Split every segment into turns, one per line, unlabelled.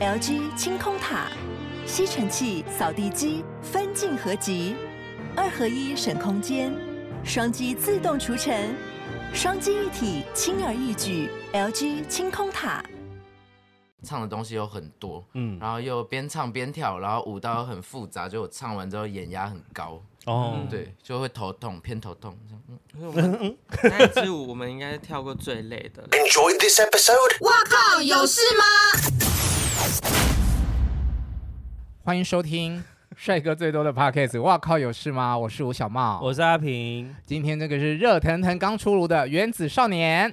LG 清空塔、吸尘器、扫地机分镜合集，二合一省空间，双击自动除尘，双击一体轻而易举。LG 清空塔。
唱的东西有很多，
嗯
然后又边唱边跳，然后舞蹈又很复杂，就我唱完之后眼压很高，
哦，
嗯对，就会头痛，偏头痛。这样嗯
我们 那一支舞我们应该是跳过最累的了。
Enjoyed this episode?
欢迎收听帅哥最多的 podcast。哇靠，有事吗？我是吴小茂。
我是阿平，
今天这个是热腾腾刚出炉的《原子少年》。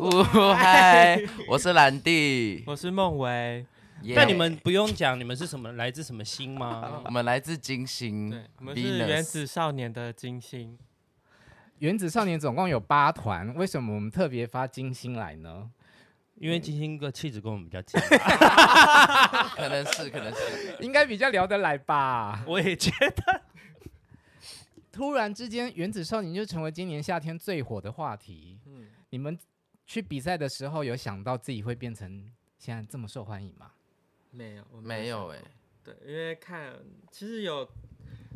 呜嗨，我是兰弟，
我是孟维，
耶
但你们不用讲你们是什么来自什么 星吗？
我们来自金
嗯
星
对，我们是原
，Venus，
子少年的金星，
《原子少年》总共有八团，为什么我们特别发金星来呢？
因为金星的气质跟我们比较近，
可能是，可能是，
应该比较聊得来吧。
我也觉得
突然之间，《原子少年》就成为今年夏天最火的话题。
嗯，
你们去比赛的时候，有想到自己会变成现在这么受欢迎吗？
没有，我
没有哎、
想过，对，因为看其实有，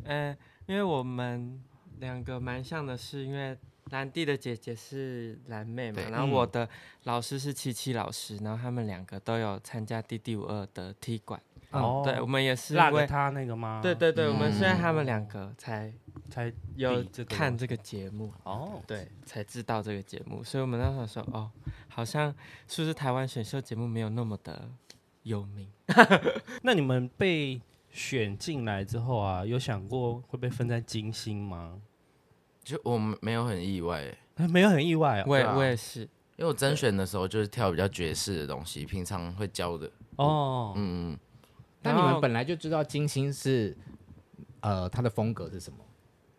呃，因为我们两个蛮像的是，因为兰弟的姐姐是兰妹嘛
对，
然后我的老师是七七老师，然后他们两个都有参加 D D 五二的踢馆，
哦
嗯对我们也是
嗯辣
因
了
为，
他那个吗？
对对对，我们虽然他
嗯
们两个才
才
有
比这个
看
东
这个节目，
哦，
对，才知道这个节目，所以我们那时候说，哦，好像是不是台湾选秀节目没有那么的有名？
那你们被选进来之后啊，有想过会被分在金星吗？
就我们没有很意外、欸，
啊没有很意外
我
哦
也、
对啊
我也是，
因为我甄选的时候就是跳比较爵士的东西，平常会教的，
哦，
嗯嗯，
那
然
你们
后
本来就知道金星是，呃，它的风格是什么？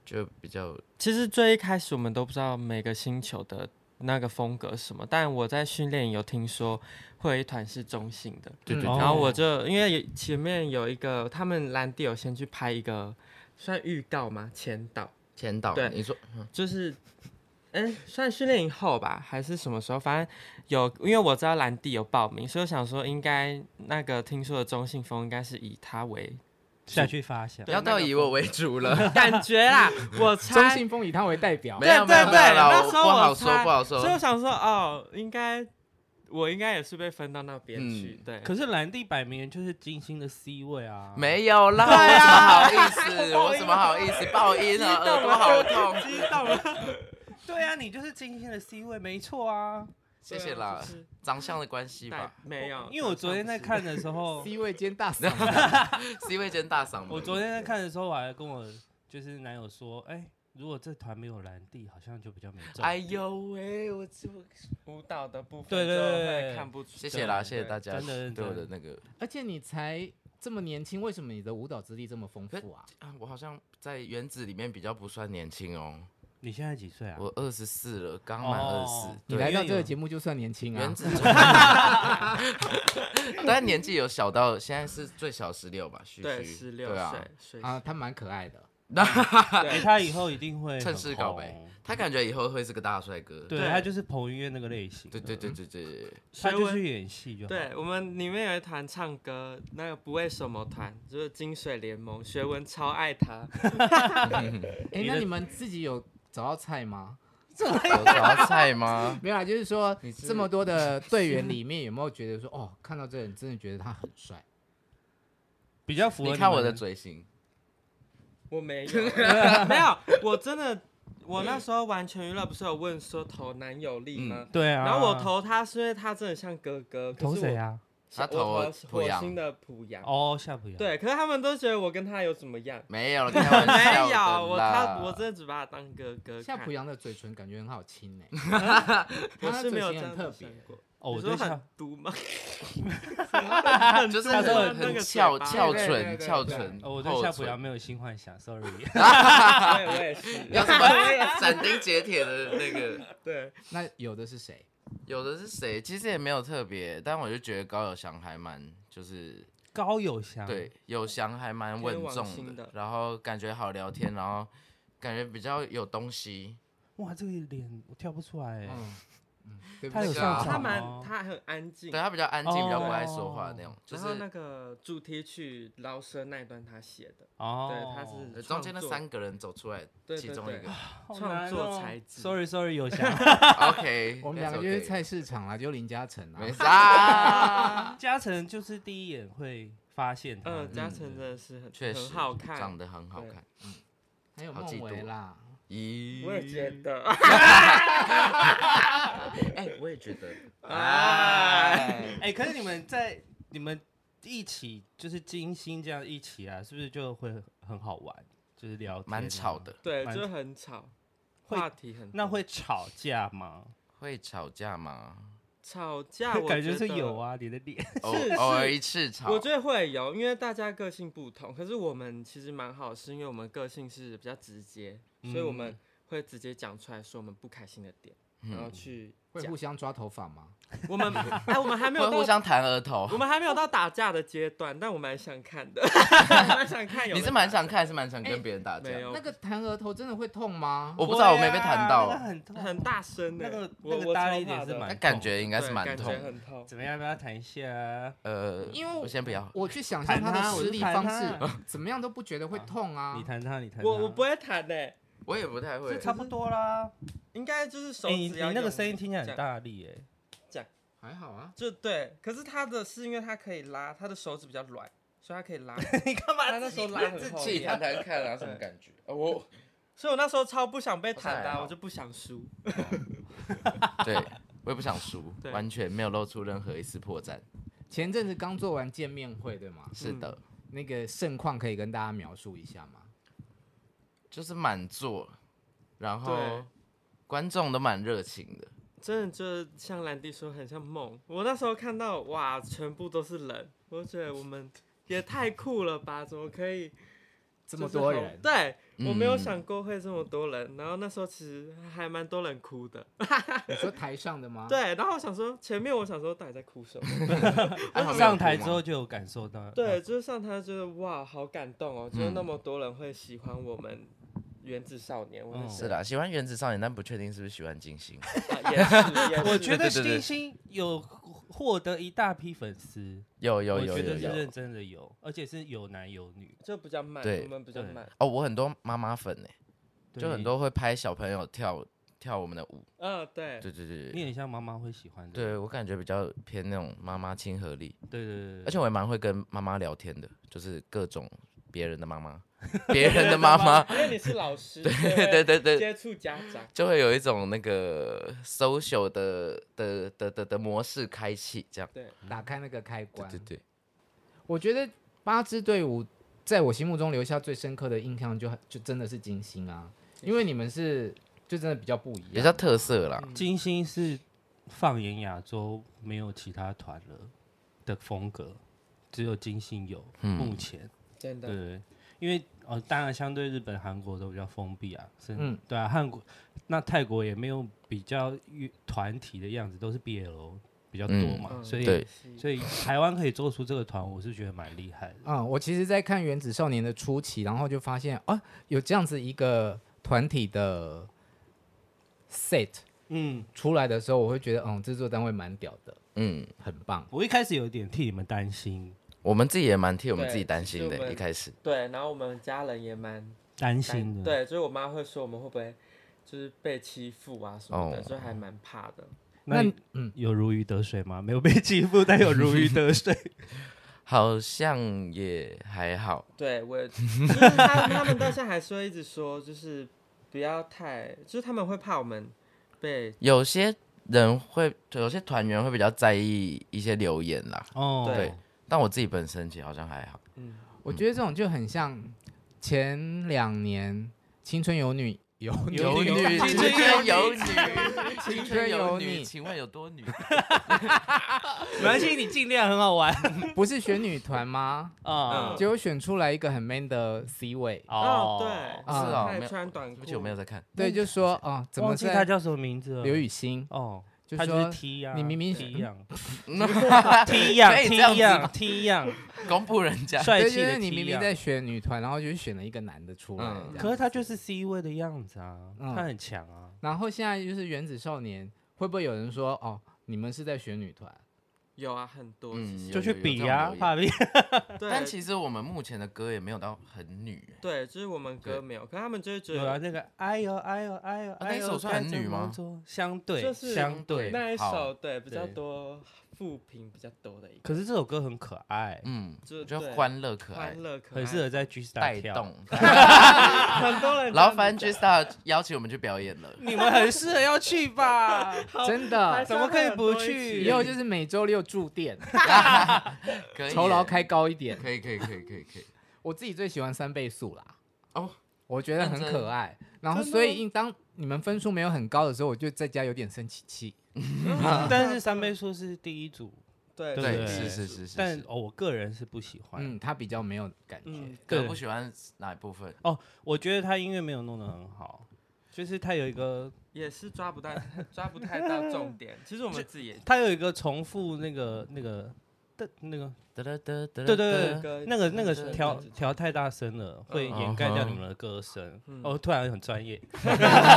就比较
其实最一开始我们都不知道每个星球的那个风格是什么，但我在训练营有听说会有一团是中性的，
对对
哦
然后我就因为前面有一个他们兰迪有先去拍一个算预告嘛，前导。
前导
对，
你说
就是，嗯，算训练营后吧，还是什么时候？反正有，因为我知道兰弟有报名，所以我想说，应该那个听说的中性风应该是以他 为
下去发想
不
对。
要到以我为主了，
感觉啦，我
中
猜。
信风以它为代表
没。有没
对
有
对
没有啦
那
我
时候
不
我
好说
猜
不好说
所以我想说，哦，应该我应该也是被分到那边去，
嗯
对。
可是兰蒂摆明就是金星的 C 位啊，
没有啦，
啊
我怎么好意思？我怎么好意思？爆音了，耳朵好痛，
激动啊了，
对啊，你就是金星的 C 位，没错啊。
谢谢啦
对啊就是，
长相的关系
但
吧
没有，
因为我昨天在看的 时候，
C 位兼大嫂，
，C 位兼大嗓门。
我昨天在看的时候，我还跟我就是男友说，哎、如果这团没有兰蒂，好像就比较没中。
哎呦喂，我这
舞蹈的部分，
对对对对
看不出。
谢谢啦，
对
谢谢大家
真的
对我的
真
那个
而且你才这么年轻，为什么你的舞蹈资历这么丰富啊？
啊，我好像在原子里面比较不算年轻哦，
你现在几岁啊？
我二十四了，刚满二十
哦。
你
对
来到
因为
这个
有
节目就算年轻啊
原！ 子， 但年纪有小到现在是最小十六吧，虚
对，
虚
十六
对啊
岁，水
啊，他蛮可爱的。
哎、
对
他以后一定会
趁
很
势告白
红。
他感觉以后会是个大帅哥。
对啊
对
他就是彭于晏那个类型的，
对对对对对，
他
所以
就
我
去演戏就好。
对我们里面有一团唱歌，那个不为什么团，就是金水联盟，学文超 爱他，
哎，
你
那
的
你们自己有找到菜吗？
有啥菜 吗？
没有啦，就是说
你是
这么多的队员里面，有没有觉得说哦，看到这人真的觉得哦他很帅？
比较符合
你看我的
们
嘴型，
我没有，没有，我真的，我那时候完全娱乐不是有问说投男友力吗？
对啊。
然后我投他是因为他真的像哥哥，可
投
是
谁
我？
啊？
他
我
投濮
火
阳
星的濮阳，
哦，夏普阳。，
对，可是他们都觉得我跟他有怎么样？
没有了，开玩笑
没
的啦
有，我他我真的只把他当哥哥
夏
看
濮，阳的嘴唇感觉很好亲哎，
我
他
是
的
没
嘴
有这
型
样
很特
子
别
想。过。
哦，
你
我
说
对
很
夏
毒 吗？
就是
他说
很
那
很
个
翘
嘴巴
翘
对对对
唇
对
翘
对
唇，
哦，我对
厚
夏普
唇
阳没有新幻想 ，sorry。
我也我也是，
有 什么斩钉截铁的那个？
对，
那有的是谁？
有的是谁？其实也没有特别，但我就觉得高友翔还蛮就是
高友翔，
对，友翔还蛮
天
稳
王
重
星
的
的，
然后感觉好聊天，然后感觉比较有东西。
哇，这个脸我跳不出来欸。
嗯，嗯，对不
他有
对？
上
啊
场
他
好
蛮
哦
他很安静
对，他比较安静，比较不爱
哦
说话那种，就
然后那
是
个主题曲《饶舌》那一段他写的，
哦，
对他是
呃中间那
创作
三个人走出来，
对
其
对
中一
对
个
好
创
难
作
哦
才子
Sorry Sorry，有想
OK，
我们
that's
两个就是
okay
菜市场啦，就林嘉诚啊
啊没，啊啥，
嘉诚就是第一眼会发现他的，
嗯，嘉诚真的是很
确实
很好看，
长得很好
对
看。
还有
好
孟
嫉妒
伟啦，
咦，
我也觉得，
哎，我也觉得，
哎
哎，
哎、可是你们在你们一起就是金星这样一起啊，是不是就会很好玩？就是聊天啊
蛮吵的，
对，
蛮
就很吵，
会
话题很多
那会吵架 吗？
会吵架吗？
吵架，我
感觉
觉
是
得
有。啊，你的脸
偶
是
偶尔一次吵
我，觉得会有，因为大家个性不同。可是我们其实蛮好，是因为我们个性是比较直接，所以我们会直接讲出来说我们不开心的点，然后
嗯，
去
会
讲
互。相抓头发吗？
我们哎，我们还没
会
有
互
到，
相弹额头
我。们还没有到打架的阶段，但我蛮想看 的，蛮想看有。哎
你是蛮想，看，还是蛮想跟别人打架
没？有
那个弹额头真的会痛吗？
我不知道，我没
对啊
被弹到
那个，很痛
很大声的，
那个
我
那
我
个大
超
力一点
怕
是
的
蛮
那
痛
感觉应
应
该是蛮痛
感觉
的。
很痛。
怎么样？要不要谈一下啊？
呃，
因为
我先不要，
我去想象他
弹他
的
我
施
是
力
弹
方
他
式，怎么样都不觉得会痛啊
你。谈他，你谈
我我不
会，
会弹的、
我也不太会
这。差不多啦。
应该就是手
哎、你
指
你
要、
那个声音听起来很，大力哎、
还好啊，
就对。可是他的是因为他可以拉，他的手指比较软，所以他可以 拉。
你干嘛
他那时候拉很后
自己
面
弹，弹看啊，什么感觉？呃我
所以我那时候超不想被弹的
我才
啊、
好
我就不想输。
对，我也不想输，
对
完全没有露出任何一丝破绽。
前阵子刚做完见面会，对吗？
是的，
那个盛况可以跟大家描述一下吗？
就是满座，然
对
后观众都蛮热情的。
真的就像兰迪说，很像梦。我那时候看到哇，全部都是人，我就觉得我们也太酷了吧？怎么可以这
这
么
么多人，
对，我没有
嗯
想过会这么多人。然后那时候其实还蛮多人哭的。
你说台上的 吗？，
对，然后我想说，前面我想说到底在哭什么？
啊
上台之后，就有感受到，
对，，就是上台觉得哇，好感动哦，就是那么多人会喜欢我们原子少年，我很
嗯
喜
是啦，喜欢原子少年，但不确定是不是喜欢金星。
欢，啊也是，也是
我觉得
对对对
金
对
星有获得一大批粉丝，
有有
我
有
觉
有
得是
有
认。真的有，而且是有男有女，
就比较慢，
对
我们比较
对
慢，
哦，我很多妈妈粉呢，就
对
很。多会拍小朋友跳跳我们的舞。
嗯，对，
对对对
你
对，
很像妈妈会喜欢的，
对我感觉比较偏那种妈妈亲和力，
对对对，
而
且
且我也蛮会跟妈妈聊天的，就是各种别人的妈妈，别人的妈妈，
因为你是 老师，
对
对
对对对，
接触家长，
就会有一种那个 social 的的的的的模式开启，这样。
对，
打开那个开关。
对对
我觉得八支队伍在我心目中留下最深刻的印象就，就真的是金星啊，因为你们是就真的比较不一样，
对，比较特色啦。
嗯
金星是放眼亚洲没有其他团了的风格，只有金星有，
嗯
目前
真
对
的，
对，因为哦，当然相对日本、韩国都比较封闭啊，是，
嗯
对啊，韩国那泰国也没有比较乐团体的样子，都是 BL 比较多
嗯
嘛，
嗯
所以
对
所以台湾可以做出这个团，我是觉得蛮厉害的。
嗯，我其实，在看《原子少年》的初期，然后就发现啊，有这样子一个团体的 set
嗯，
出来的时候，我会觉得，嗯，制作单位蛮屌的，
嗯，
很棒。
我一开始有点替你们担心，
我们自己也蛮替我们自己担心
对其实我
的，
们
一开始。
对，然后我们家人也蛮
担心
担，
的。，
对，就是我妈会说我们会不会就是被欺负啊什么的，
哦
所以还蛮怕的，
那
那
你嗯有如鱼得水吗？没有被欺负，但有如鱼得水。
好像也还好，
对我 也，就是他们他们到现在还是会一直说，就是不要太，就是他们会怕我们被
有些人会，有些团员会比较在意一些留言啦，
哦，
对
但我自己本身其实好像还好。
嗯
我觉得这种就很像前两年《青春有女》有女
有女
青春有女，青
春
春
有
有
你
女，请问有多女？
没关系，你尽量很好玩
不是选女团吗？
啊
嗯。
结果选出来一个很 man 的 C 位，
哦，对，
是啊
还
没有
穿短
对
裤，
不起，我没有在看。
对，就说哦、怎么
忘记他
是
叫什么名字了？
刘雨欣，
哦，
就
他
说
是啊 T 呀，
你明明
是 T 样，T 样
可以这样
，T
子
样，T 样，
公布人家，
帅
对，
气
就
的啊
是你
T
明明
样。
在选女团，然后就选了一个男的出来，
嗯
这样
可是他就是 C 位的样子啊，
嗯
他很强啊。
然后现在就是原子少年，会不会有人说哦，你们是在选女团？
有啊，很多。
嗯
其实
有
就去比啊呀、
有有有这种留言
怕比。
对，
但其实我们目前的歌也没有到很女、欸
对，就是我们歌
对
没有，可他们就会觉
有啊，
得
那个哎呦哎呦哎呦
啊那
哎
一
呦，
首算
该
女
怎么
吗
做？相对，
就是
相对。
那一
好
首对比较
对
多负评比较多的一个，
可是这首歌很可爱，
嗯，
就
就
对
欢乐可爱
欢，乐可爱，
很适 合在 G Star
带
跳。
动。
很 多人这样子讲。
然后反正 G Star 邀请我们去表演 了，
你们很适合要去吧？
还
真的
是，
怎么可以不去？
以后哦就是每周六驻 店，
可以
酬劳
耶
开高一点。
可以可以可以可以可以。
我自己最喜欢三倍速啦，
哦，
我觉得很可爱。然后所以当你们分数没有很高的时候，我就在家有点生气气。
嗯
但是三倍数是第一组，
对
对
对，
对
是是是是。
但
是
哦，我个人是不喜欢。
嗯，他比较没有感觉。
嗯，
可
对
不喜欢哪一部分？
哦，我觉得他音乐没有弄得很好，就是他有一个
也是抓不到，抓不太到重点。其实我们自己也
他有一个重复那个那个的那个，
对对对对
对
那
对
个
对，那个那个
那个
调
那个
调太大声了，会
嗯
掩盖掉
嗯
你们的歌声。
嗯
哦，突然很专业。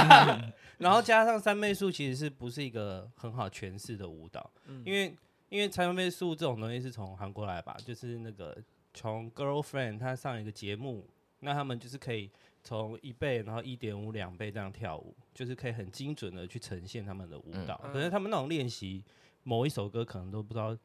然后加上三倍数其实是不是一个很好诠释的舞蹈，
嗯
因为因为三倍数这种东西是从韩国来吧，就是那个从 Girlfriend 他上一个节目，那他们就是可以从一倍，然后一点五两倍这样跳舞，就是可以很精准的去呈现他们的舞蹈。
嗯
可是他们那种练习某一首歌可能都不知道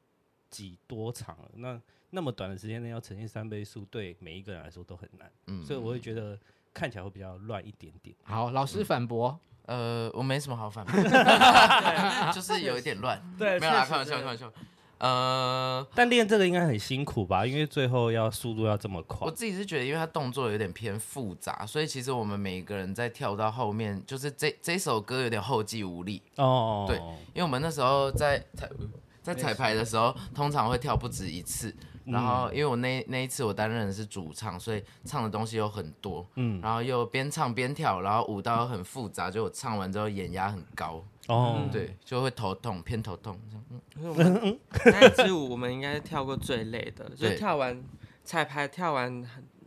几多长了，那那么短的时间内要呈现三倍速，对每一个人来说都很难，
嗯
所以我会觉得看起来会比较乱一点点。
好，老
嗯
师反驳，
呃，我没什么好反驳，就是有一点乱。
对
没有啦，开玩笑，
确实真的
开玩笑。呃，
但练这个应该很辛苦吧？因为最后要速度要这么快
我，自己是觉得，因为它动作有点偏复杂，所以其实我们每个人在跳到后面，就是这这首歌有点后继无力，
哦，
对因为我们那时候在彩在彩排的时候，通常会跳不止一次。
嗯
然后，因为我那那一次我担任的是主唱，所以唱的东西有很多，
嗯，
然后又边唱边跳，然后舞蹈又很复杂，就我唱完之后眼压很高，
哦，
嗯
嗯对，就会头痛，偏头痛。
可
嗯
是我们那一支舞我们应该是跳过最累的，就是
对
跳完彩排跳完，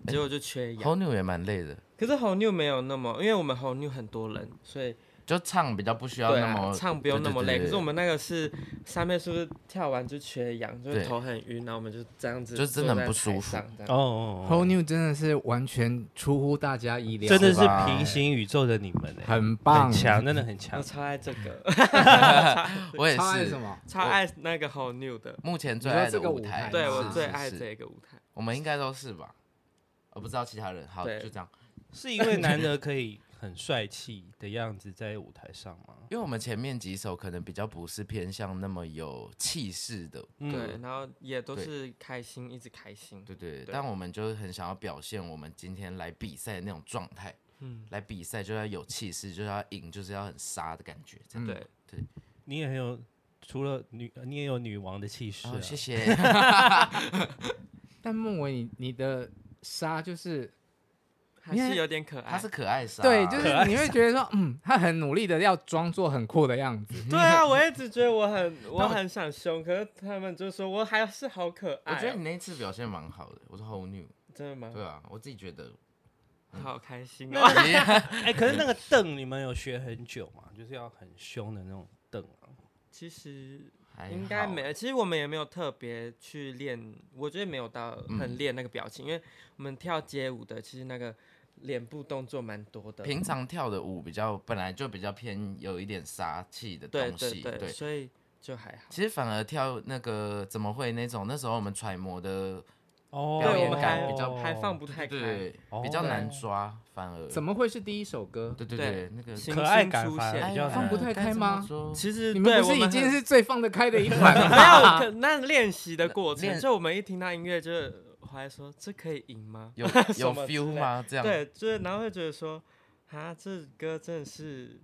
结果就缺氧。
红牛也蛮累的，
可是红妞没有那么，因为我们红妞很多人，所以
就唱比较不需要
对
那
啊
么，
唱不用那么累。
对对对
可是我们那个是三妹，是不是跳完就缺氧，就是
对
头很晕，然后我们就这样子，
就真的很不舒服。
这样
哦
，Whole New 真的是完全出乎大家意料，
真的是
是吧
平行宇宙的你们欸
很棒，
很强，真的很强
我。 超爱这个，
我也
超爱什
是，
么？
超爱那个红妞的，
目前最
你说
爱
这
的
个
舞
舞
台
台，
对
是
我
是
最爱
是
这个舞台。
我们应该都是吧？我不知道其他人，好，
对
就这样。
是因为难得可以很帅气的样子在舞台上吗？
因为我们前面几首可能比较不是偏向那么有气势的，
嗯
对，然后也都
嗯对
是开心，一直开心。
对对对，
对
但我们就是很想要表现我们今天来比赛的那种状态，
嗯，
来比赛就要有气势，就要赢，就是要很杀的感觉，这样。
嗯
哦
对，
你也很有，除了女，你也有女王的气势、
然
啊
后哦谢 谢，
但孟伟，你你的杀就是
还是有点可爱。
他是可爱杀，啊
对，就
可
是
爱
你会觉得说，嗯，他很努力的要装作很酷的样
嗯
子，
对啊，我一直觉得我很我很想凶，可是他们就说我还是好可爱
我
哦、
觉得你那一次表现蛮好的，我是 whole new，
真的吗？
对啊，嗯我自己觉 得，
好开心哦、
咦
哎、可是那个瞪你们有学很久吗？就是要很凶的那种瞪啊。
其实
还
应
好
该
啊
没，其实我们也没有特别去练，我觉得没有到
嗯
很练那个表情，因为我们跳街舞的，其实那个脸部动作蛮多的。
平常跳的舞比较本来就比较偏有一点杀气的
对
东
对
西，
对，所以就还好。
其实反而跳那个怎么会那种那时候我们揣摩的
哦
表
对，我
演
们
感
还
比较
还放不太
对
开，
对
哦
比较难
对
抓，反而
怎么会是第一首歌？
对对
对
对那个
行
可爱
星
感
出
反而
现
比较
放
难
不太开吗？
其实
你们
对
不是
我
已
们
经
很
是最放得开 的一团了
没有
吗？
可那练习的过
啊练
程，就我们一听到音乐就怀疑说这可以赢吗？
有有
什么之
feel
类
吗？这样
对，就是然后会觉得说，啊，这歌真的是，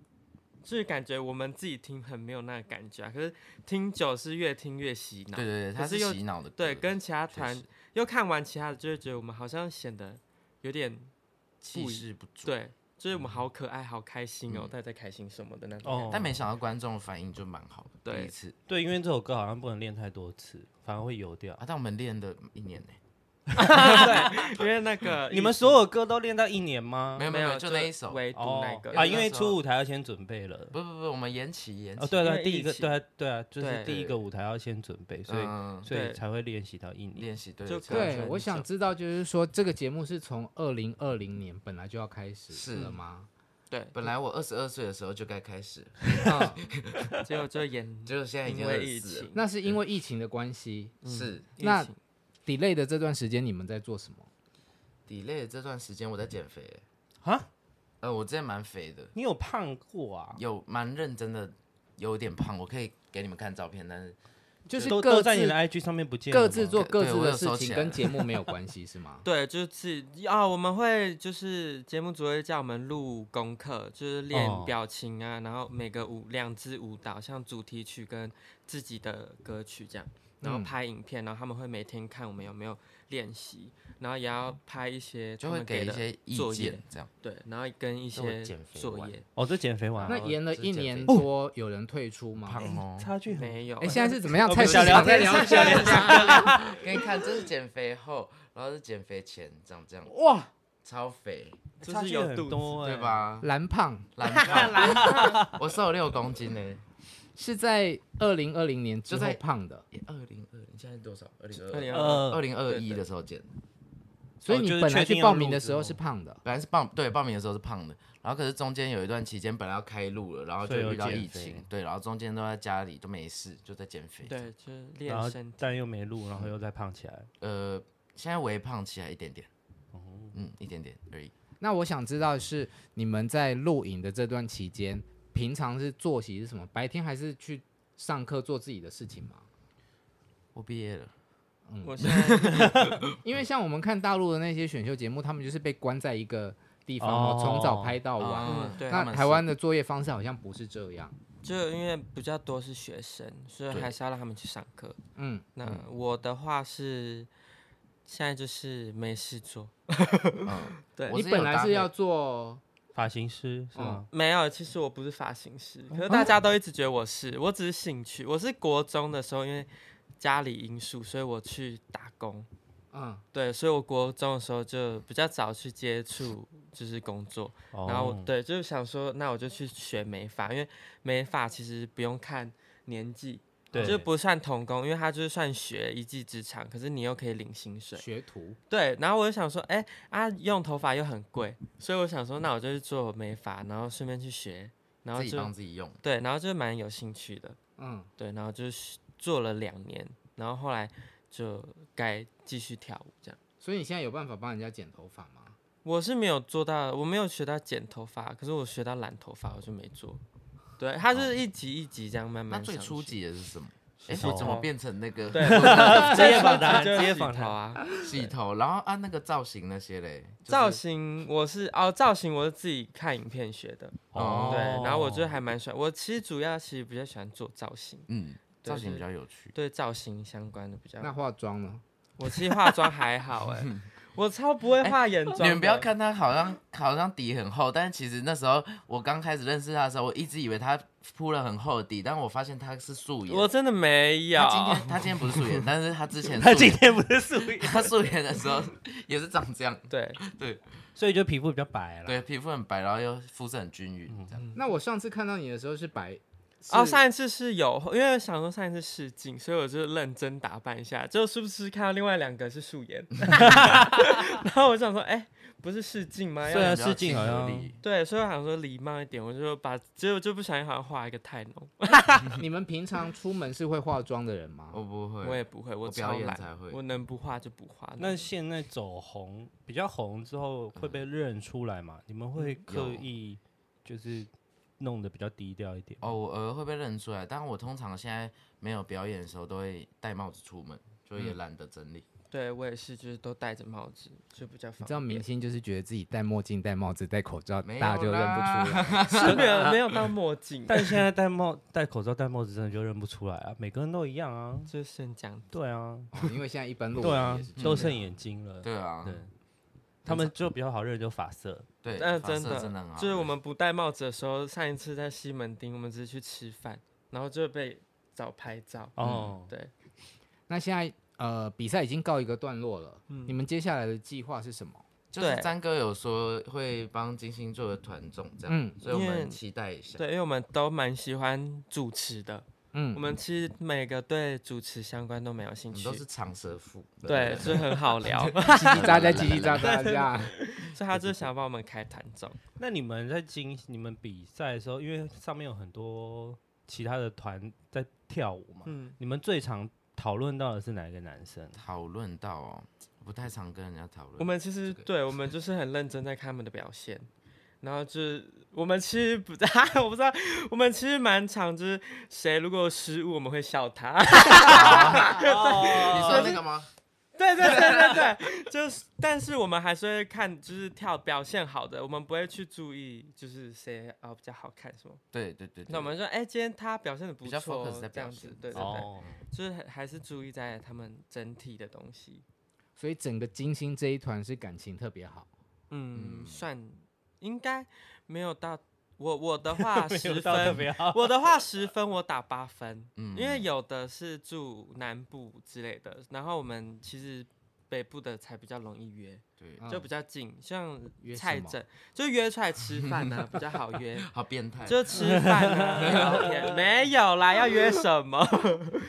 就是感觉我们自己听很没有那个感觉啊。可是听久是越听越洗脑，
对对对，它
可
是
是又
洗脑的歌，
对跟其他
确
团
实
又看完其他的，就会觉得我们好像显得有点
气
不一
势不足，，
对，就是我们好可爱、好开心哦，
嗯
大家在开心什么的那种感
哦
觉。，
但没想到观众反应就蛮好的，第
对
一次啊
对，因为这首歌好像不能练太多次，反而会油掉
啊，。但我们练了一年呢，
对，因为 那个
你们所有歌都练到一年吗？
没有
没有
就那一首哦
唯独那
有
个
啊，
那
因为
时
初
候
舞台要先准备了。
不不不，我们延期延
哦，
期。
对
因
对，
为
第一
疫
个
情
对啊对啊，就是
对
第一个舞台要先准备，所以
嗯，
所以
对
才会练习到一年。
练习对
就
这样
完
对
全，
我想
就
知道，就是说这个节目是从二零二零年本来就要开始
是
了吗？
对，
本来我二十二岁的时候就该开始，
嗯
结果就演
结果现在已经
因
二
为
十
疫
四
情
了，
那是因为疫情的关系
是
疫
那
情？
，delay 的这段时间你们在做什么？
delay 的这段时间我在减肥欸，
啊，
呃，我之前蛮肥的，
你有胖过啊？
有蛮认真的，有点胖，我可以给你们看照片，但是
就是
都
各
都在你的
自
IG 上面不见了吗
各自做各
对
自
我
的
有
事
收起
情，
来
跟
了
节目没有关系是吗
对，就是啊，我们会就是节目组会叫我们录功课，就是
哦
练表情啊，然后每个舞两支舞蹈，像主题曲跟自己的歌曲这样，然后
嗯
拍影片，然后他们会每天看我们有没有练习，然后也要拍一些
就
他
会
们
给一
的
些意
作业
见，这样
对，然后跟一
那我
些
减肥
作
完
业
哦，这减肥完
那
了嗯
延了
这
一
减
年
肥
多，有人退出吗？
胖哦。
差距很
没有欸，
哎，现在是怎么样？
哦
菜
不
市
是小
场
梁
在
菜
聊
市场
给你看，这是减肥后，然后是减肥前，这样这样，
哇，
超肥，
就是
差距
有
很
肚子
多
对
欸？
吧？
蓝胖
懒胖，我瘦六公斤呢，
是在二零二零年之
就
后
在哦
胖的，
二零二零现在多少？二零
二零
二
二
二
呃，
零二一的时候减，
所以
哦
你
就是
本来
确定
去
要
报
录哦
名的
之
时候
后
是胖的。
本来是报对报名的时候是胖的，然后可是中间有一段期间本来要开录了，然后就
所以有
遇到
减
疫
肥
情，对，然后中间都在家里都没事，就在减肥。，
对，就是
然后
练身体，
但又没录，然后又再胖起来。哦
呃，现在微胖起来一点点，嗯，一点点而已。
那我想知道的是你们在录影的这段期间，平常是作息是什么？白天还是去上课做自己的事情吗？
我毕业了，嗯
我现在
因为像我们看大陆的那些选秀节目，他们就是被关在一个地方哦
哦，
从早拍到晚。
嗯对
那
哦他们是
台湾的作业方式好像不是这样。
就因为比较多是学生，所以
对
还是要让他们去上课。
嗯，
那我的话是现在就是没事做，
嗯，
对
我
你
有
本来
搭
是
配
要做
发型师是吗？
没有，其实我不是发型师，可是大家都一直觉得我是，我只是兴趣。我是国中的时候，因为家里因素，所以我去打工。
嗯，
对，所以我国中的时候就比较早去接触，就是工作。
哦
然后我对，就是想说，那我就去学美发，因为美发其实不用看年纪，
对，
就不算童工，因为它就是算学一技之长，可是你又可以领薪水。
学徒。
对，然后我就想说，哎、啊，用头发又很贵，所以我想说，那我就去做美发，然后顺便去学，然后
自己
就
帮自己用，
对，然后就蛮有兴趣的，
嗯，
对，然后就是做了两年，然后后来就该继续跳舞这样。
所以你现在有办法帮人家剪头发吗？
我是没有做到，我没有学到剪头发，可是我学到染头发，我就没做。对，它就是一级一级这样慢
哦那
慢。
最初，级的是什么？哎，
头
我怎么变成那个
对，
职业访谈，
就是
职业
洗
访
头
谈。
啊，
洗头，然后按那个造型那些嘞，就是
造型我是哦，造型我是自己看影片学的。
哦
对，然后我就还蛮喜欢，我其实主要其实比较喜欢做造型，
嗯，
对
造型
就
比较有趣。
对造型相关的比较。
那化妆呢？
我其实化妆还好 哎、我超不会画眼妆、
哎你们不要，看他好像好像底很厚，但是其实那时候我刚开始认识他的时候，我一直以为他铺了很厚的底，但我发现他是素颜。
我真的没有
他。今天他今天不是素颜，但是他之前
他
素
今
颜
天不是素 颜，
他素颜的时候也是长这样，
对，
所以就皮肤比较白了。
对，皮肤很白，然后又肤色很均匀，这样。
嗯
那我上次看到你的时候是白。
哦，
是
上一次是有，因为想说上一次试镜，所以我就认真打扮一下，就是不是看到另外两个是素 颜， 然后我想说，哎、不是试镜吗？
虽
要
然
比较
试镜好
亲和
像
力
对，所以我想说礼貌一点，我就把，结果就不小心好像画一个太浓，
你们平常出门是会化妆的人吗？
我不会，
我也不会，我
我表
超
演
懒
才会
我能不画就不画。
那现在走红比较红之后会被认出来嘛？你们会
嗯
刻意就是弄得比较低调一点吗。
偶尔会被认出来，但我通常现在没有表演的时候都会戴帽子出门，就
嗯
也懒得整理。
对我也是，就是都戴着帽子，就比较
你
方
知道明
便。
星就是觉得自己戴墨镜、戴帽子、戴口罩，
没有
大家就认不出 来。
是 没有没有到墨镜，
但现在戴帽、戴口罩、戴帽子真的就认不出来啊，每个人都一样啊。
就剩这样。
对啊，
哦因为现在一般路
对
人
啊
也是，这
都
样
嗯
剩眼睛了。
对啊，
对，他们就比较好认，就发色。
对，
但
发
真
色
的
真的很好，
就是我们不戴帽子的时候，上一次在西门町，我们只是去吃饭，然后就被找拍照。
哦，
对，
那现在呃比赛已经告一个段落了，
嗯
你们接下来的计划是什么？
就是
对
詹哥有说会帮金星做团综这样，
嗯
所以我
因为
们期待一下。
对，因为我们都蛮喜欢主持的，
嗯，
我们其实每个对主持相关都蛮有兴
我们
趣
都，是长舌妇，
对，所以很好聊。
嗯叽叽喳 喳，叽叽喳喳这样。
所以他就想帮我们开团综，
那你们在进你们比赛的时候，因为上面有很多其他的团在跳舞嘛，
嗯，
你们最常讨论到的是哪一个男生？
讨论到哦，不太常跟人家讨论。
我们其实
这个
对我们就是很认真在看他们的表现，然后就是我们其实不， 我不知道，我们其实蛮常就是谁如果有失误，我们会笑他。
你
哦
说那个吗？
对对对对对，就是，但是我们还是会看，就是跳表现好的，我们不会去注意就是谁啊、比较好看什么。
对对对，对
那我们说，哎、今天他表现的不
比较
错
focus 在，
这
表
样子
现，
对对对，
哦，
就是还还是注意在他们整体的东西。
所以整个金星这一团是感情特别好，
嗯，
嗯
算应该没有到我 我的话
没有
十
到特
分，
别 好。
我的话十分我打八分，
嗯
因为有的是住南部之类的，然后我们其实北部的才比较容易约，
对，
嗯
就比较近，像
约什
菜
么
镇就约出来吃饭呢、 比较好约，
好变态，
就吃饭啊聊天，没有啦，要约什么？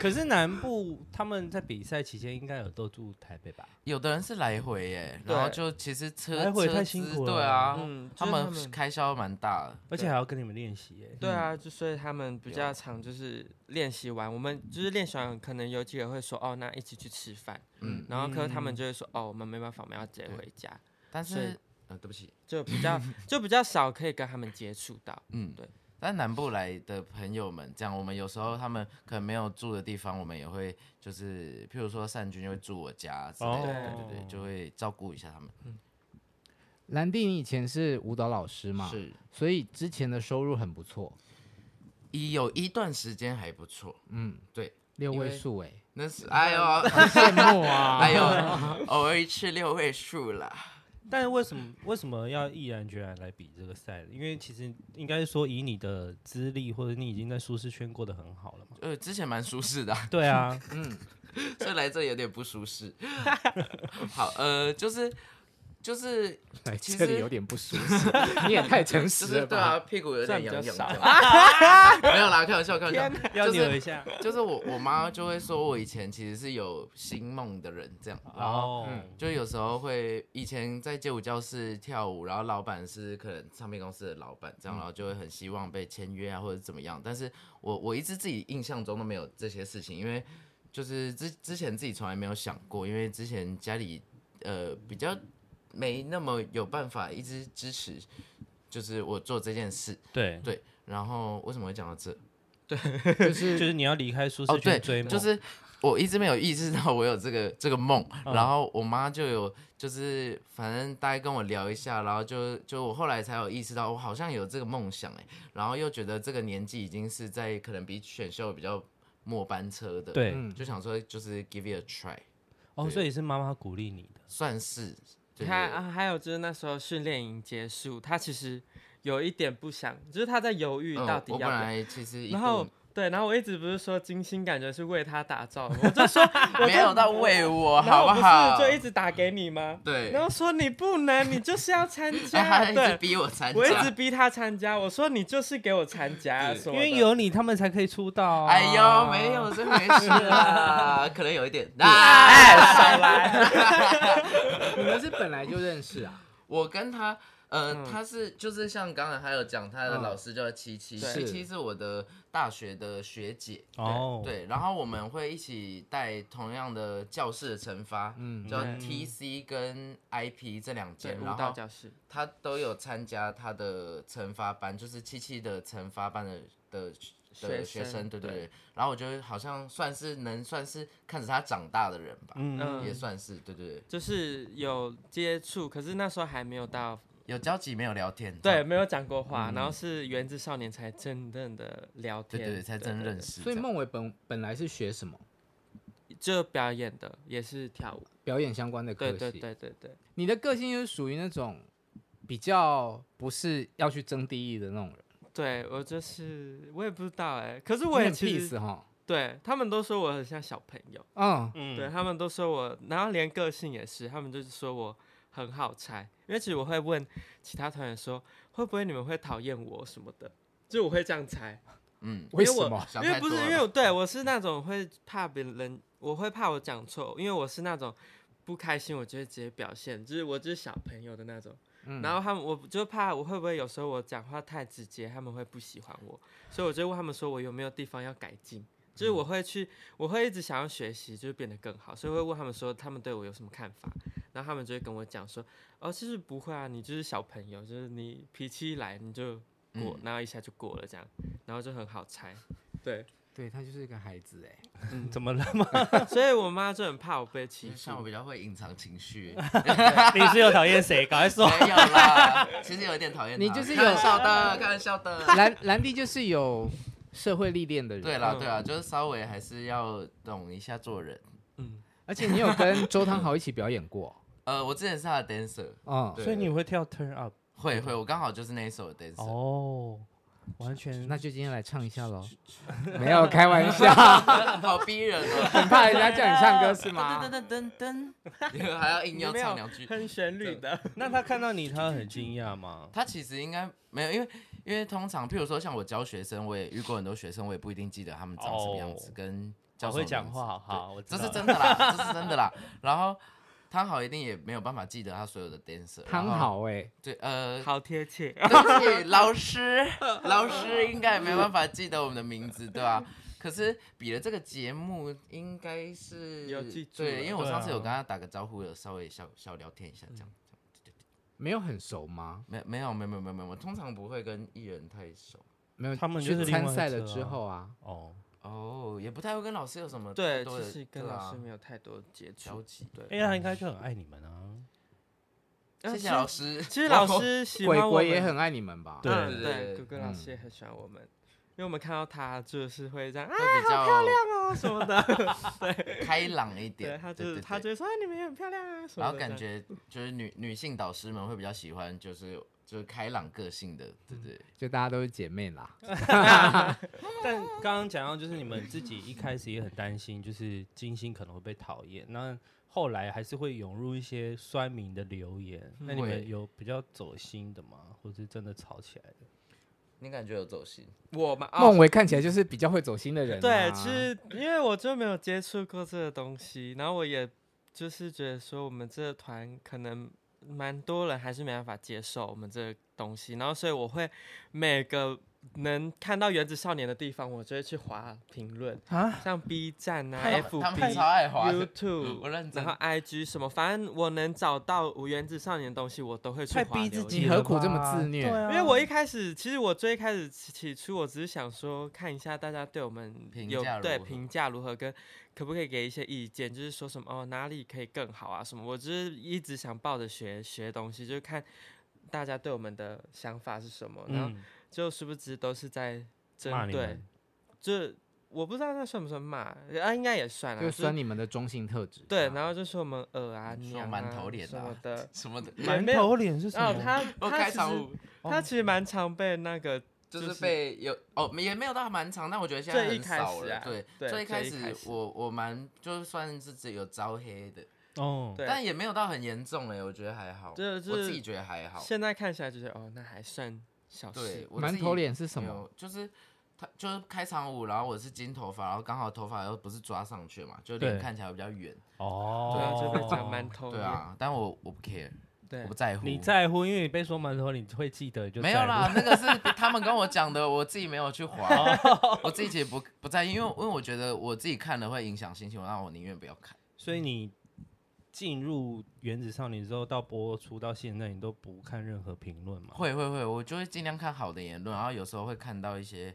可是南部他们在比赛期间应该有都住台北吧？
有的人是来回耶，
对
然后就其实车
来回
车
太辛
资
苦了
对啊，
嗯，
他
就是
们开销蛮大的。
而且还要跟你们练习耶。
对啊，就所以他们比
有
较常就是练习完，我们就是练习完，可能有几个会说哦，那一起去吃饭，
嗯，
然后可是他们
嗯
就会说哦，我们没办法，我们要直接
对
回家，
但
所以
是呃，对不起，
就比较就比较少可以跟他们接触到。
嗯，
对。
但南部来的朋友们，这样我们有时候他们可能没有住的地方，我们也会就是，譬如说善君就会住我家之类的，
哦
对对对，就会照顾一下他们。
兰弟，你以前是舞蹈老师嘛？，
是，
所以之前的收入很不错，
一有一段时间还不错，
嗯，
对，
六
因
位
为
数 哎、
那是 哎呦，
羡慕啊！
哎呦，偶尔一次六位数啦。
但是为什么为什么要毅然决然来比这个赛呢？因为其实应该说以你的资历或者你已经在舒适圈过得很好了嘛。
呃，之前蛮舒适的啊、
对 啊，
嗯，
所以来这里有点不舒适。好，呃，就是就是
来
其
哎这里
实
有点不舒适，你也太诚
就
实
是
了
对
吧？
啊，屁股有
算
点
比
痒
较
痒
少
的。没有啦，开玩笑，开玩笑。
要
就是
扭一下。
就是我我妈就会说我以前其实是有星梦的人这样，然后
哦，
嗯
就有时候会以前在街舞教室跳舞，然后老板是可能唱片公司的老板这样，然后就会很希望被签约啊或者怎么样，但是我我一直自己印象中都没有这些事情，因为就是之之前自己从来没有想过，因为之前家里呃比较没那么有办法一直支持，就是我做这件事，
对，
对，然后为什么会讲到这？
就是
就是你要离开舒
哦，
适
对
圈追，梦，
就是我一直没有意识到我有这个这个梦，
嗯
然后我妈就有就是反正大概跟我聊一下，然后就就我后来才有意识到我好像有这个梦想哎，然后又觉得这个年纪已经是在可能比选秀比较末班车的，，
对
嗯，
就想说就是 give it a try，
哦，
对
所以是妈妈鼓励你的。
算是对
他、
对
啊、还有就是那时候训练营结束，他其实有一点不想，就是他在犹豫
嗯
到底
我
要
本
不要。
来其实一
然后
度
对，然后我一直不是说金星感觉是为他打造的，我 就说我
没
就
有到喂我
然
好
后我
好？
不是就一直打给你 吗？
对
然后说你不能，你就是要 参
他
加，
一直
对。
逼我参加，
我一直逼他参加，我说你就是给我参加，
对
什么
因
的
为有你，他们才可以出道、啊。
哎
哦
呦，没有这回事啦，可能有一 点。
哎
啊，
少来，
你们是本来就认识啊？
我跟他，呃
嗯，
他是就是像刚才还有讲，他的
嗯
老师叫七七，
对
七七是我的大学的学姐。
哦，，
对，然后我们会一起带同样的教室的惩罚，
嗯
叫
嗯
TC 跟 IP 这两
对
间，
舞
然
蹈
后
教室，
他都有参加他的惩罚班，就是七七的惩罚班的的的
学
学
生
生，对对
对
对。然后我觉得好像算是能算是看着他长大的人吧，
嗯，
嗯
也算是对对对，
就是有接触，可是那时候还没有到，
有交集没有聊天，这
对，
样
没有讲过话，
嗯
然后是源自少年才真正的聊
对
天，
对对，才真认，识这
所以
样。
孟伟本本来是学什么？
对对就表演的也是跳舞，
表演相关的科
对
系。
对对对对，
你的个性就是属于那种比较不是要去争第一的那种人，
对我就是我也不知道哎，可是
你
我也
很
其
peace 啊
实
哈。
对他们都说我很像小朋友，
嗯，
嗯，
对他们都说我，然后连个性也是，他们就是说我很好猜，因为其实我会问其他团员说，会不会你们会讨厌我什么的，就我会这样猜，
嗯，
为
因为
什
我
么？
想
因为
太
不是
多
因
了
为
吧
我对我是那种会怕别人，我会怕我讲错，因为我是那种不开心，我就会直接表现，就是我就是小朋友的那种。
嗯
然后他们，我就怕我会不会有时候我讲话太直接，他们会不喜欢我，所以我就问他们说我有没有地方要改进。就是
嗯
我会去，我会一直想要学习，就是变得更好，所以会问他们说他们对我有什么看法，然后他们就会跟我讲说，哦，其实不会啊，你就是小朋友，就是你脾气一来你就过，
嗯
然后一下就过了这样，然后就很好猜，对，
对他就是一个孩子哎，
嗯，
怎么了吗？
所以我妈就很怕我被
其
欺
实像我
负。
比较会隐藏情绪，
你是有讨厌谁？赶快说。
没有啦，其实有一点讨厌他
你就是
开玩
有
笑的，开玩笑的。
兰兰弟就是有社会历练的人，
对啦，
嗯
对啦，就是稍微还是要懂一下做人。
嗯，
而且你有跟周汤豪一起表演过，
呃，我之前是他的 dancer，
嗯，
对
所以你会跳 Turn Up
会会，我刚好就是那一首的 dancer。
哦，完全
那就今天来唱一下喽，没有开玩笑，
好逼人哦！
很怕人家叫你唱歌是吗？
噔噔噔 噔，还要硬要
没
唱
有
两句。
哼旋律的，
那他看到你，他很惊讶吗？
他其实应该没有，因为因为通常，譬如说像我教学生，我也遇过很多学生，我也不一定记得他们长什么样子，
哦
跟教
好
授
会讲话，好
对
好，我知
这
道
是
了
真的啦，这是真的啦。然后汤好一定也没有办法记得他所有的 dancer。
汤，好哎，
对，呃，
好贴 切。
对不起，老师，老师应该也没办法记得我们的名字，对吧、可是比了这个节目，应该是
有记住了
对，因为我
对啊
上次有跟他打个招呼，有稍微小小聊天一下，这样。
嗯
没有很熟吗？
没没有没有没有没有没有，我通常不会跟艺人太熟
没有，
他们就
去
是另外
参
一
赛
支
了
啊
之后啊，
哦。
哦，也不太会跟老师有什么
对，
多
其
的
实跟
对啊
老师没有太多接
交
触。
集。
对，
哎，他应该就很爱你们啊。
谢
呃其
谢
实
老师，
其实老师喜欢
鬼
我
鬼
们，
也很爱你们吧？
对
对
嗯
对
对，哥哥老师也很喜欢我们，因为我们看到他就是会这样 啊
会比较
哦什么的，
开朗一
对
点，
他就
对
是
对
他
对
就会说啊你们也很漂亮啊什么的这样，
然后感觉就是女女性导师们会比较喜欢，就是就是开朗个性的，对对。
嗯
就大家都是姐妹啦，
但刚刚讲到，就是你们自己一开始也很担心，就是金星可能会被讨厌。那后来还是会涌入一些酸民的留言。那你
会
们有比较走心的吗？或是真的吵起来的？
你感觉有走心？
我嘛，哦
孟伟看起来就是比较会走心的人啊。
对，其实因为我就没有接触过这个东西，然后我也就是觉得说，我们这个团可能蛮多人还是没办法接受我们这个东西，然后所以我会每个能看到原子少年的地方，我就会去划评论
啊，
像 B 站啊、
他们他
FB
们超、爱滑的，嗯我
YouTube，
认真
然后。IG 什么，反正我能找到无原子少年的东西，我都会去
太
划
逼
留
自
言
己
你
了
何苦这么
吧
自虐
对啊
因为我一开始，其实我最开始起起初，我只是想说看一下大家对我们
评
有
价
对
如何
评价如何，跟可不可以给一些意见，就是说什么哦哪里可以更好啊什么。我只是一直想抱着学学东西，就是看大家对我们的想法是什么，然后
嗯，
就殊不知都是在
骂
针
你
对
们，
就我不知道那算不算骂啊，应该也算啊，
就
算
酸你们的中性特质。啊
对，然后就说我们耳啊、
说
娘
馒
啊
头脸
什
啊，
么的
什么的，
也没
馒
有
头脸是什
哦，
么？
他
我
他
开
其
场
实
舞
他其实蛮常被那个
就是被有哦，也没有到蛮长，但我觉得现在
最一
很
开
少
始
了。
啊
对，
对
最一
最
开
一开
始
始
我我蛮就算是只有招黑的，
哦，
对，
但也没有到很严重哎，我觉得还好，
这
我
这
自己觉得还好。
现在看起来就是哦，那还算小
对
事，。
我自
馒
己
头脸是什
没
么？
有，就是他就是开场舞，然后我是金头发，然后刚好头发又不是抓上去嘛，就脸
对
看起来比较圆。
哦，
对啊，就被讲馒头
对
脸，
啊，但我我不 care，
对
我不在乎。
你在乎，因为你被说馒头，你会记得，你就
没有
在乎
啦，。那个是他们跟我讲的，我自己没有去划，
哦
我自己其实不不在意，因为因为我觉得我自己看了会影响心情，那我宁愿不要看。
所以你进入原子少年之后，到播出到现在，你都不看任何评论
哦
吗？
会会会，我就会尽量看好的言论，然后有时候会看到一些，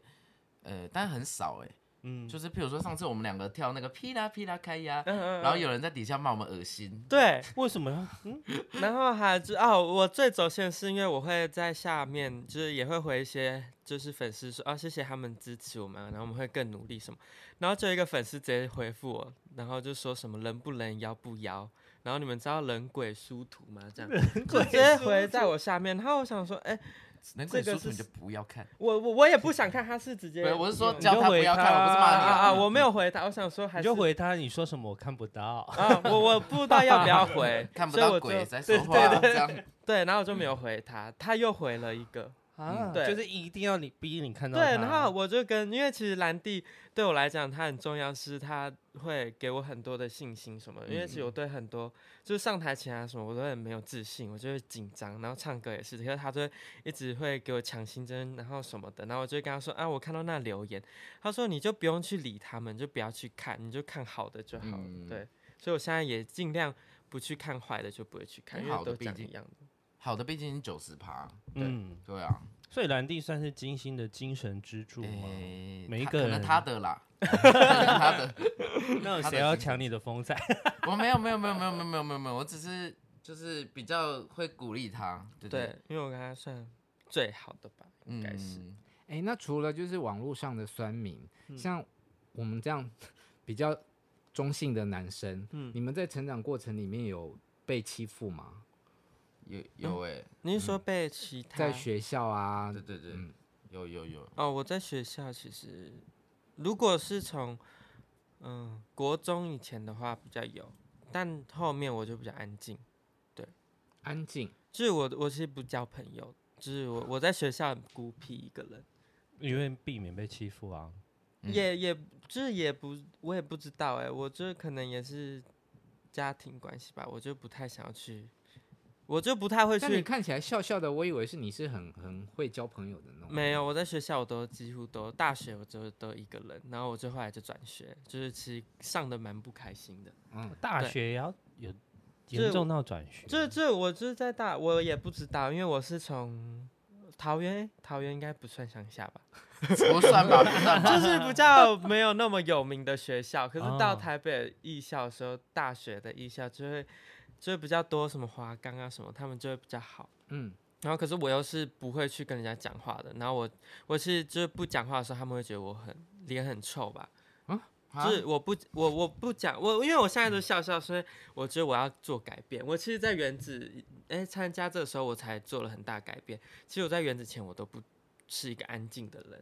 呃，但很少哎、
嗯，
就是譬如说上次我们两个跳那个噼啦噼啦开呀，
嗯 嗯，
然后
嗯
有人在底下骂我们恶心，
对，
为什么呀？嗯，
然后还就哦，我最走线是因为我会在下面，就是也会回一些就是粉丝说啊，谢谢他们支持我们，然后我们会更努力什么。然后就有一个粉丝直接回复我，然后就说什么人不人妖不妖，然后你们知道人鬼殊途吗？这样就直接回在我下面，然后我想说，哎、
难怪
这
书
个
虫就
是
不要看。
我我我也不想看，他是直接
对，我是说
有
叫他不要看，我不是骂
啊
你
啊啊！
啊。，
我没有回答，我想说还
你
是
就回他，你说什么我看不到。
啊，我我不知道要不要回
看不
所以
到
我
鬼
就
在
对
说话，
对
这
对
样
对，然后我就没有回他，他又回了一个，
啊，
对
就是一定要你逼你看到
对，
他
然后我就跟，因为其实兰蒂对我来讲，他很重要，是他会给我很多的信心什么的。因为其实
嗯
我对很多就是上台前啊什么，我都很没有自信，我就会紧张，然后唱歌也是，可是他就会一直会给我强心针，然后什么的。然后我就跟他说啊，我看到那留言，他说你就不用去理他们，你就不要去看，你就看好的就好了。
嗯
对，所以我现在也尽量不去看坏的，就不会去看，因
好
为
的
都
毕
长
竟
一样的。
好的，毕竟九十趴，
嗯，
对啊，
所以兰蒂算是金星的精神支柱吗？
诶
每一
他
个
可能
人
他的 啦，可能他的，
那
他的
谁要
精神
抢你的风采？
我没有没有没有没有没有没有没有没有，我只是就是比较会鼓励他，对
对，因为我跟他算最好的吧，应
嗯
该是。
哎，那除了就是网络上的酸民，
嗯
像我们这样比较中性的男生，
嗯
你们在成长过程里面有被欺负吗？
有有哎，
你是说被其他
在学校啊
对，对对，有有有，
哦，我在学校其实，如果是从嗯国中以前的话比较有，但后面我就比较安静。
安静，
就是我我其实不交朋友，就是我我在学校很孤僻一个人，
因为避免被欺负啊。
嗯
也也就是也不我也不知道哎、我这可能也是家庭关系吧，我就不太想要去，我就不太会
但你
去。
看起来笑笑的，我以为是你是很很会交朋友的那种。
没有，我在学校我都几乎都大学我都都一个人，然后我就后来就转学，就是其实上的蛮不开心的。
大
对
学也要有
这
严重到转学，
这这我就是在大，我也不知道，因为我是从桃园，诶桃园应该不算乡下吧，
不算吧，不算吧，
就是比较没有那么有名的学校。可是
哦
到台北艺校的时候，大学的艺校就会就会比较多什么华冈啊什么，他们就会比较好。
嗯，
然后可是我又是不会去跟人家讲话的，然后我我是就是不讲话的时候，他们会觉得我很脸很臭吧。
啊
就是我不我我不讲我，因为我现在都笑笑，所以我觉得我要做改变。我其实，在原子哎参加这个时候，我才做了很大改变。其实我在原子前，我都不是一个安静的人，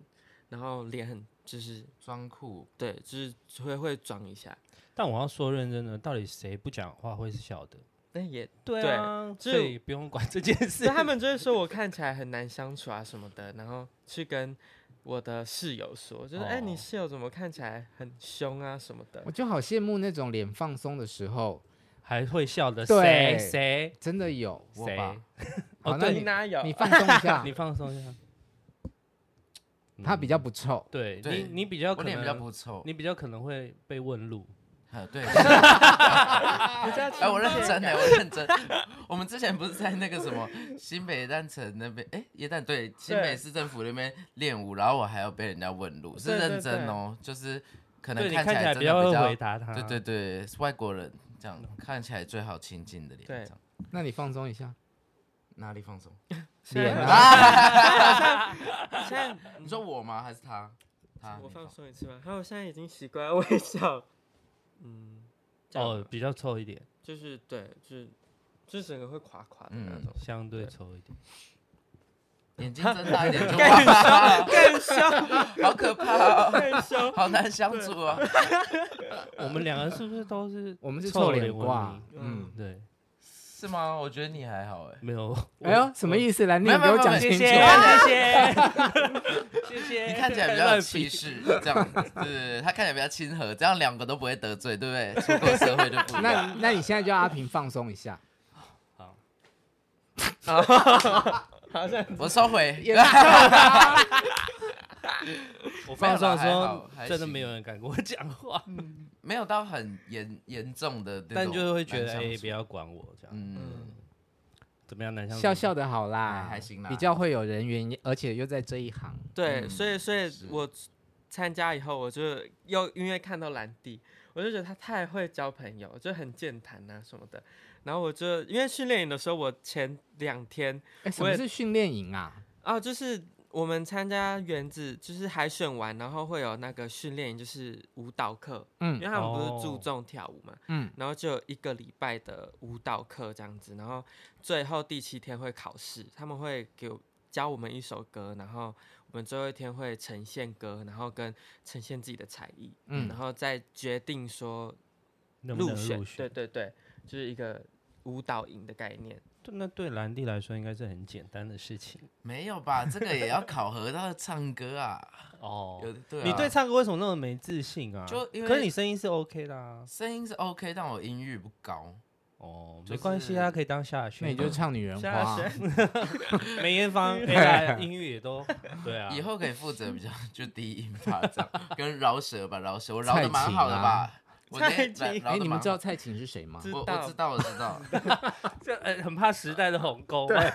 然后脸很就是
装酷，
对，就是会会装一下。
但我要说认真的，到底谁不讲话会是笑的？
但也，
对啊，
就
所以不用管这件事
所以。他们就会说我看起来很难相处啊什么的，然后去跟我的室友说，就是哎、诶
哦
你室友怎么看起来很凶啊什么的
我。就好羡慕那种脸放松的时候，
还会笑的谁
对
谁
真的有。
我吧
谁？
好，
哦
那
对
你
你
哪有？
你放松一下
你，放松一下，
他比较
嗯
不臭。
对
对
你，你比较
我
可
脸
能
比较不臭，
你比较可能会被问路。
啊对。
比较
哎、我认
亲切
真
感
哎、我认真。 我们之前不是在那个什么新北蛋城那边，哎、耶诞对新北市政府那边练舞，然后我还要被人家问路，是
对对
认真哦，就是可能
对你
看起
看起
来真
来
的
比较
比
会
较，
回答他。
对对对，是外国人这
嗯
样看起来最好亲近的脸，
对
这样
那你放松一下，
哪里放松？
脸
现
啊，
在现在
你说我吗？还是他？他
我
你
放松一次吧。还有，我现在已经习惯微笑，嗯，这样
哦，比较臭一点，
就是对，就是就整个会垮垮的那
嗯
种，
相对臭一点。
眼睛睁大一点就
更
哇，
凶，更凶，
好可怕哦，
更凶。
好难相处啊。
我们两个是不是 都是
我们是
臭
臭脸
闻
挂
名？
嗯，
对，
是吗？我觉得你还好哎、
没有。
哎呦，什么意思？兰你
没有
给我
没有没
讲
有
清
谢
楚
谢，
啊。
谢谢，谢谢。
你看起来比较有气势，这样子，对对对，他看起来比较亲和，这样两个都不会得罪，对不对？出过社会就不一样。
那那你现在叫阿平放松 一下，
我收回，
我放松的时
没有啦还好
候
还，
真的
行
没有人敢跟我 讲话，
没有到很严严重的那种
但就是会觉得
难相处
哎，不要管我这样，
嗯，
怎么样？难相处
笑笑的好啦
哎，还行啦
比较会有人缘，而且又在这一行。
对，
嗯
所以所以
是
我参加以后，我就又因为看到兰迪，我就觉得他太会交朋友，就很健谈啊什么的。然后我就因为训练营的时候，我前两天
哎，什
我
么
也
是训练营啊？
哦，就是我们参加园子，就是海选完，然后会有那个训练营，就是舞蹈课，因为
嗯
他们不
哦
是注重跳舞嘛，
嗯，
然后就有一个礼拜的舞蹈课这样子，然后最后第七天会考试，他们会给我教我们一首歌，然后我们最后一天会呈现歌，然后跟呈现自己的才艺，
嗯
然后再决定说
能不能
选，
入
对
选？
对对，就是一个舞蹈营的概念。
对，那对兰蒂来说应该是很简单的事情
没有吧？这个也要考核他的唱歌啊。
哦
有对、啊，
你对唱歌为什么那么没自信啊？
就因为
可是你声音是 OK 的啊。
声音是 OK，但我音域不高。
哦，
就
没关系啊，
是
可以当下去。
那你就唱女人花啊、
下去梅 艳芳、AI 音乐也都对啊。
以后可以负责比较 就低音吧，这样跟饶舌吧，饶舌我饶
蔡
的蛮
琴
好的
啊
吧。我那
蔡琴
饶
哎、
得
你们
蛮
知道
好
蔡琴是谁吗？
知
我我
道
知道我知道，
这呃很怕时代的鸿沟。 哎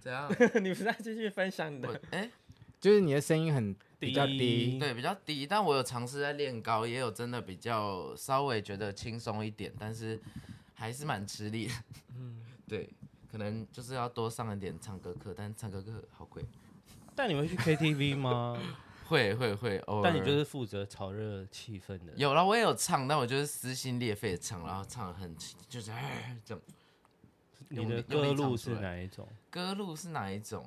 怎样？
你不是要继续分享你
我
的？
哎、
就是你的声音很比较
低
低，
对，比较低，但我有尝试在练高，也有真的比较稍微觉得轻松一点，但是还是蛮吃力的。对，可能就是要多上一点唱歌课，但唱歌课好贵。
但你会去 KTV 吗？
会会会，偶尔。
但你就是负责炒热气氛的。
有了，我也有唱，但我就是撕心裂肺的唱，然后唱得很就是、哎这种。
你的
用力
歌
唱
路
出
是
来
哪一种？
歌路是哪一种？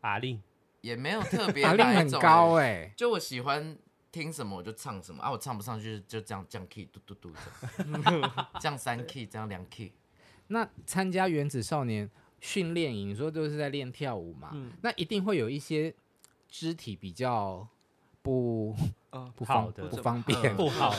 阿丽
也没有特别
打令
哪一
很
种、
高
哎、
哎、
就我喜欢听什么我就唱什么啊，我唱不上去就这样降 key 嘟嘟嘟这样，这样三 key 这样两 key。
那参加原子少年训练营，你说都是在练跳舞嘛？
嗯
那一定会有一些肢体比较不
哦，
不
呃好
方
的
不方 便，
不好，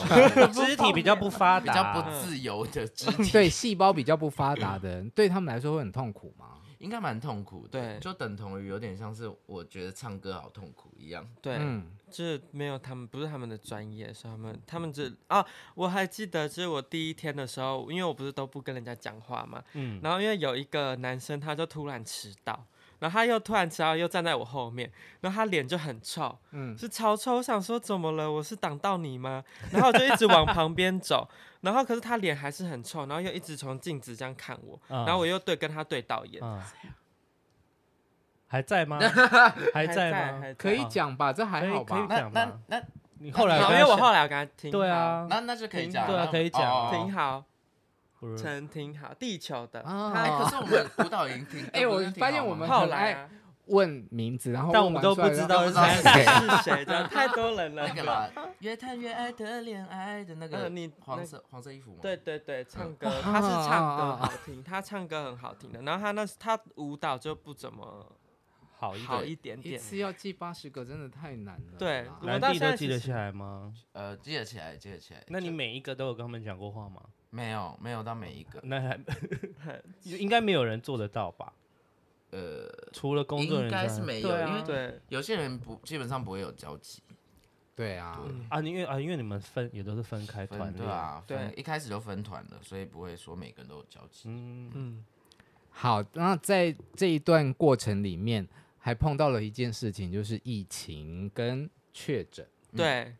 肢体比较不发
比
达，
较不自由的肢体，
嗯对细胞比较不发达的人，对他们来说会很痛苦吗？
应该蛮痛苦的。
对
就等同于有点像是我觉得唱歌好痛苦一样。
对，
嗯，
这没有他们，不是他们的专业，是他们，他们只啊，我还记得，就是我第一天的时候，因为我不是都不跟人家讲话嘛，
嗯，
然后因为有一个男生，他就突然迟到，然后他又突然迟到，又站在我后面，然后他脸就很臭，
嗯
是超臭，我想说怎么了？我是挡到你吗？然后我就一直往旁边走，然后可是他脸还是很臭，然后又一直从镜子这样看我，
嗯
然后我又对跟他对到眼，
嗯还在吗？还在吗？
还在
可以讲吧，这还好
可以可？
吧
那
讲
那
吧
那
你后来
好，
有
因
跟他
为我
想
后来有跟他听，
对，啊，
那那就可以
挺
讲，
对啊
那
可以讲
哦
挺好，
不是
陈挺好，地球的，
啊
哎，可是我们舞蹈营挺，
哎我
呃不是挺
发现
好吗
我们
后来啊
问名字，然后
但我们
问完出来
都不知
然
道
后
是
谁
不知道是
是
谁。
谁的？太多人了
那。个啦，越谈越爱的恋爱的那个，
呃你
黄
那
色黄色衣服吗？
对，对对，唱歌，啊他是唱歌好听，他唱歌很好听的。然后他那他舞蹈就不怎么
好一
好
点。
一点
一
点，
次要记八十个，真的太难了啦。
对我
兰
到
蒂
现
都
在
记
其
得
实
下来吗？
呃，记得起来，记得起来。
那你
就
每一个都有跟他们讲过话吗？
没有没有到每一个，
那还应该没有人做得到吧？
呃，
除了工作
应
人员之外，
该是没有，
对
因
啊
为
对
有些人不基本上不会有交集，
对啊，
嗯
啊，你因为啊，因为你们分也都是分开团
分
练
对，啊，
对
分一开始就分团了，所以不会说每个人都有交集。
嗯，
嗯，
好，那在这一段过程里面，还碰到了一件事情，就是疫情跟确诊。
对，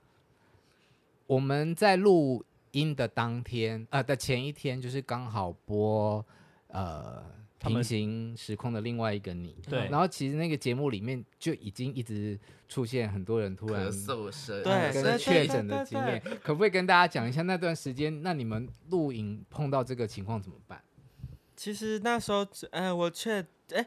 我们在录音的当天，呃的前一天，就是刚好播呃
他们
平行时空的另外一个你。
对
然后其实那个节目里面就已经一直出现很多人突然呃
咳嗽声，声
对对
跟
对
确
确诊的经验，可不可以跟大家讲一下那段时间？那你们录影碰到这个情况怎么办？
其实那时候，嗯，我确，哎，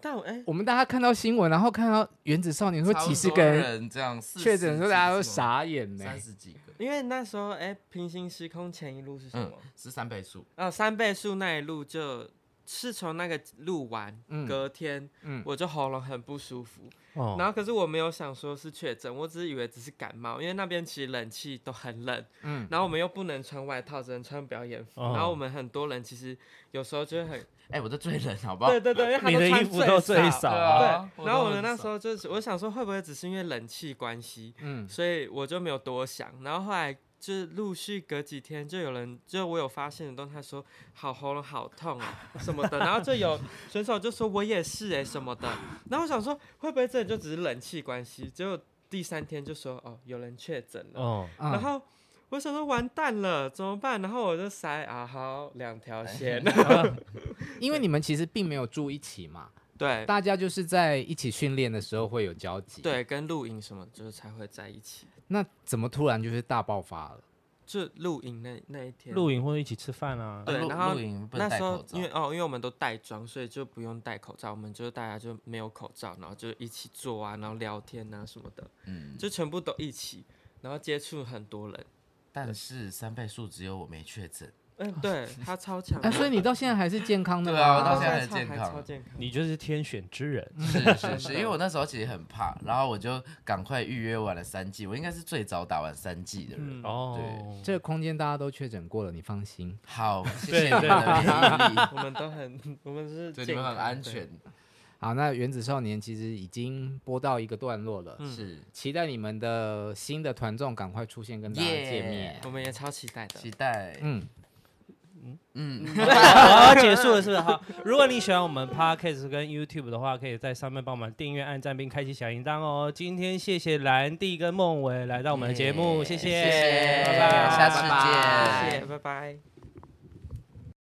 但我哎，
我们大家看到新闻，然后看到原子少年说几十个人
人这样，40
确诊，说大家都
几十
傻眼
个，
呢、
三十几个，
因为那时候哎，平行时空前一路是什
嗯
么？，
是三倍数，
哦，三倍数那一路就是从那个录完，
嗯
隔天
嗯
我就喉咙很不舒服，然
哦，
后可是我没有想说是确诊，我只是以为只是感冒，因为那边其实冷气都很冷，
嗯，
然后我们又不能穿外套，只能穿表演服，
哦
然后我们很多人其实有时候就会很，
哎，我的最冷，好不好？
对对对，因为他
你的衣
穿
服都最
少。
少
对
啊，
啊
对，然后
我
我
都很
的那
少
时候就是，我想说会不会只是因为冷气关系，
嗯
所以我就没有多想。然后后来就是陆续隔几天，就有人就我有发现的动态说，好喉咙好痛啊什么的，然后就有选手就说我也是哎、什么的。然后我想说会不会真的就只是冷气关系？结果第三天就说哦有人确诊了，
哦，
嗯
然后。我想说完蛋了怎么办？然后我就塞啊好两条线，
因为你们其实并没有住一起嘛，
对
大家就是在一起训练的时候会有交集。，
对，跟露营什么就是才会在一起。
那怎么突然就是大爆发了？
就露营那那一天，
露营或者一起吃饭啊。
对
露
然后
露营不能
那
戴
时
口
候
罩
因为哦，因为我们都带妆，所以就不用戴口罩，我们就大家就没有口罩，然后就一起做啊，然后聊天啊什么的，
嗯，
就全部都一起，然后接触很多人。
但是三倍数只有我没确诊，
嗯，对 他超强的，
啊，所以你到现在还是健康的
对啊
吗
我到现在还
超
健
还
康
超健康。
你就是天选之人，
是是是，因为 我那时候其实很怕，然后我就赶快预约完了三剂，我应该是最早打完三剂的
嗯
人。
哦，
这个空间大家都确诊过了，你放心。
好，谢谢
对
你的
对
建议，
我们都很，我们 是
对你
健
们很
康
安
的
全，，
好，那原子少年其实已经播到一个段落了，
是
期待你们的新的团众赶快出现跟大家见面。
我们也超期待的。
嗯期待。嗯
嗯，
好，结束了是不是？好，如果你喜欢我们 podcast 跟 YouTube 的话，可以在上面帮我们订阅、按赞并开启小铃铛哦。今天谢谢兰弟跟孟伟来到我们的节目，谢谢，
谢谢
拜拜，
下次见
谢谢，拜拜。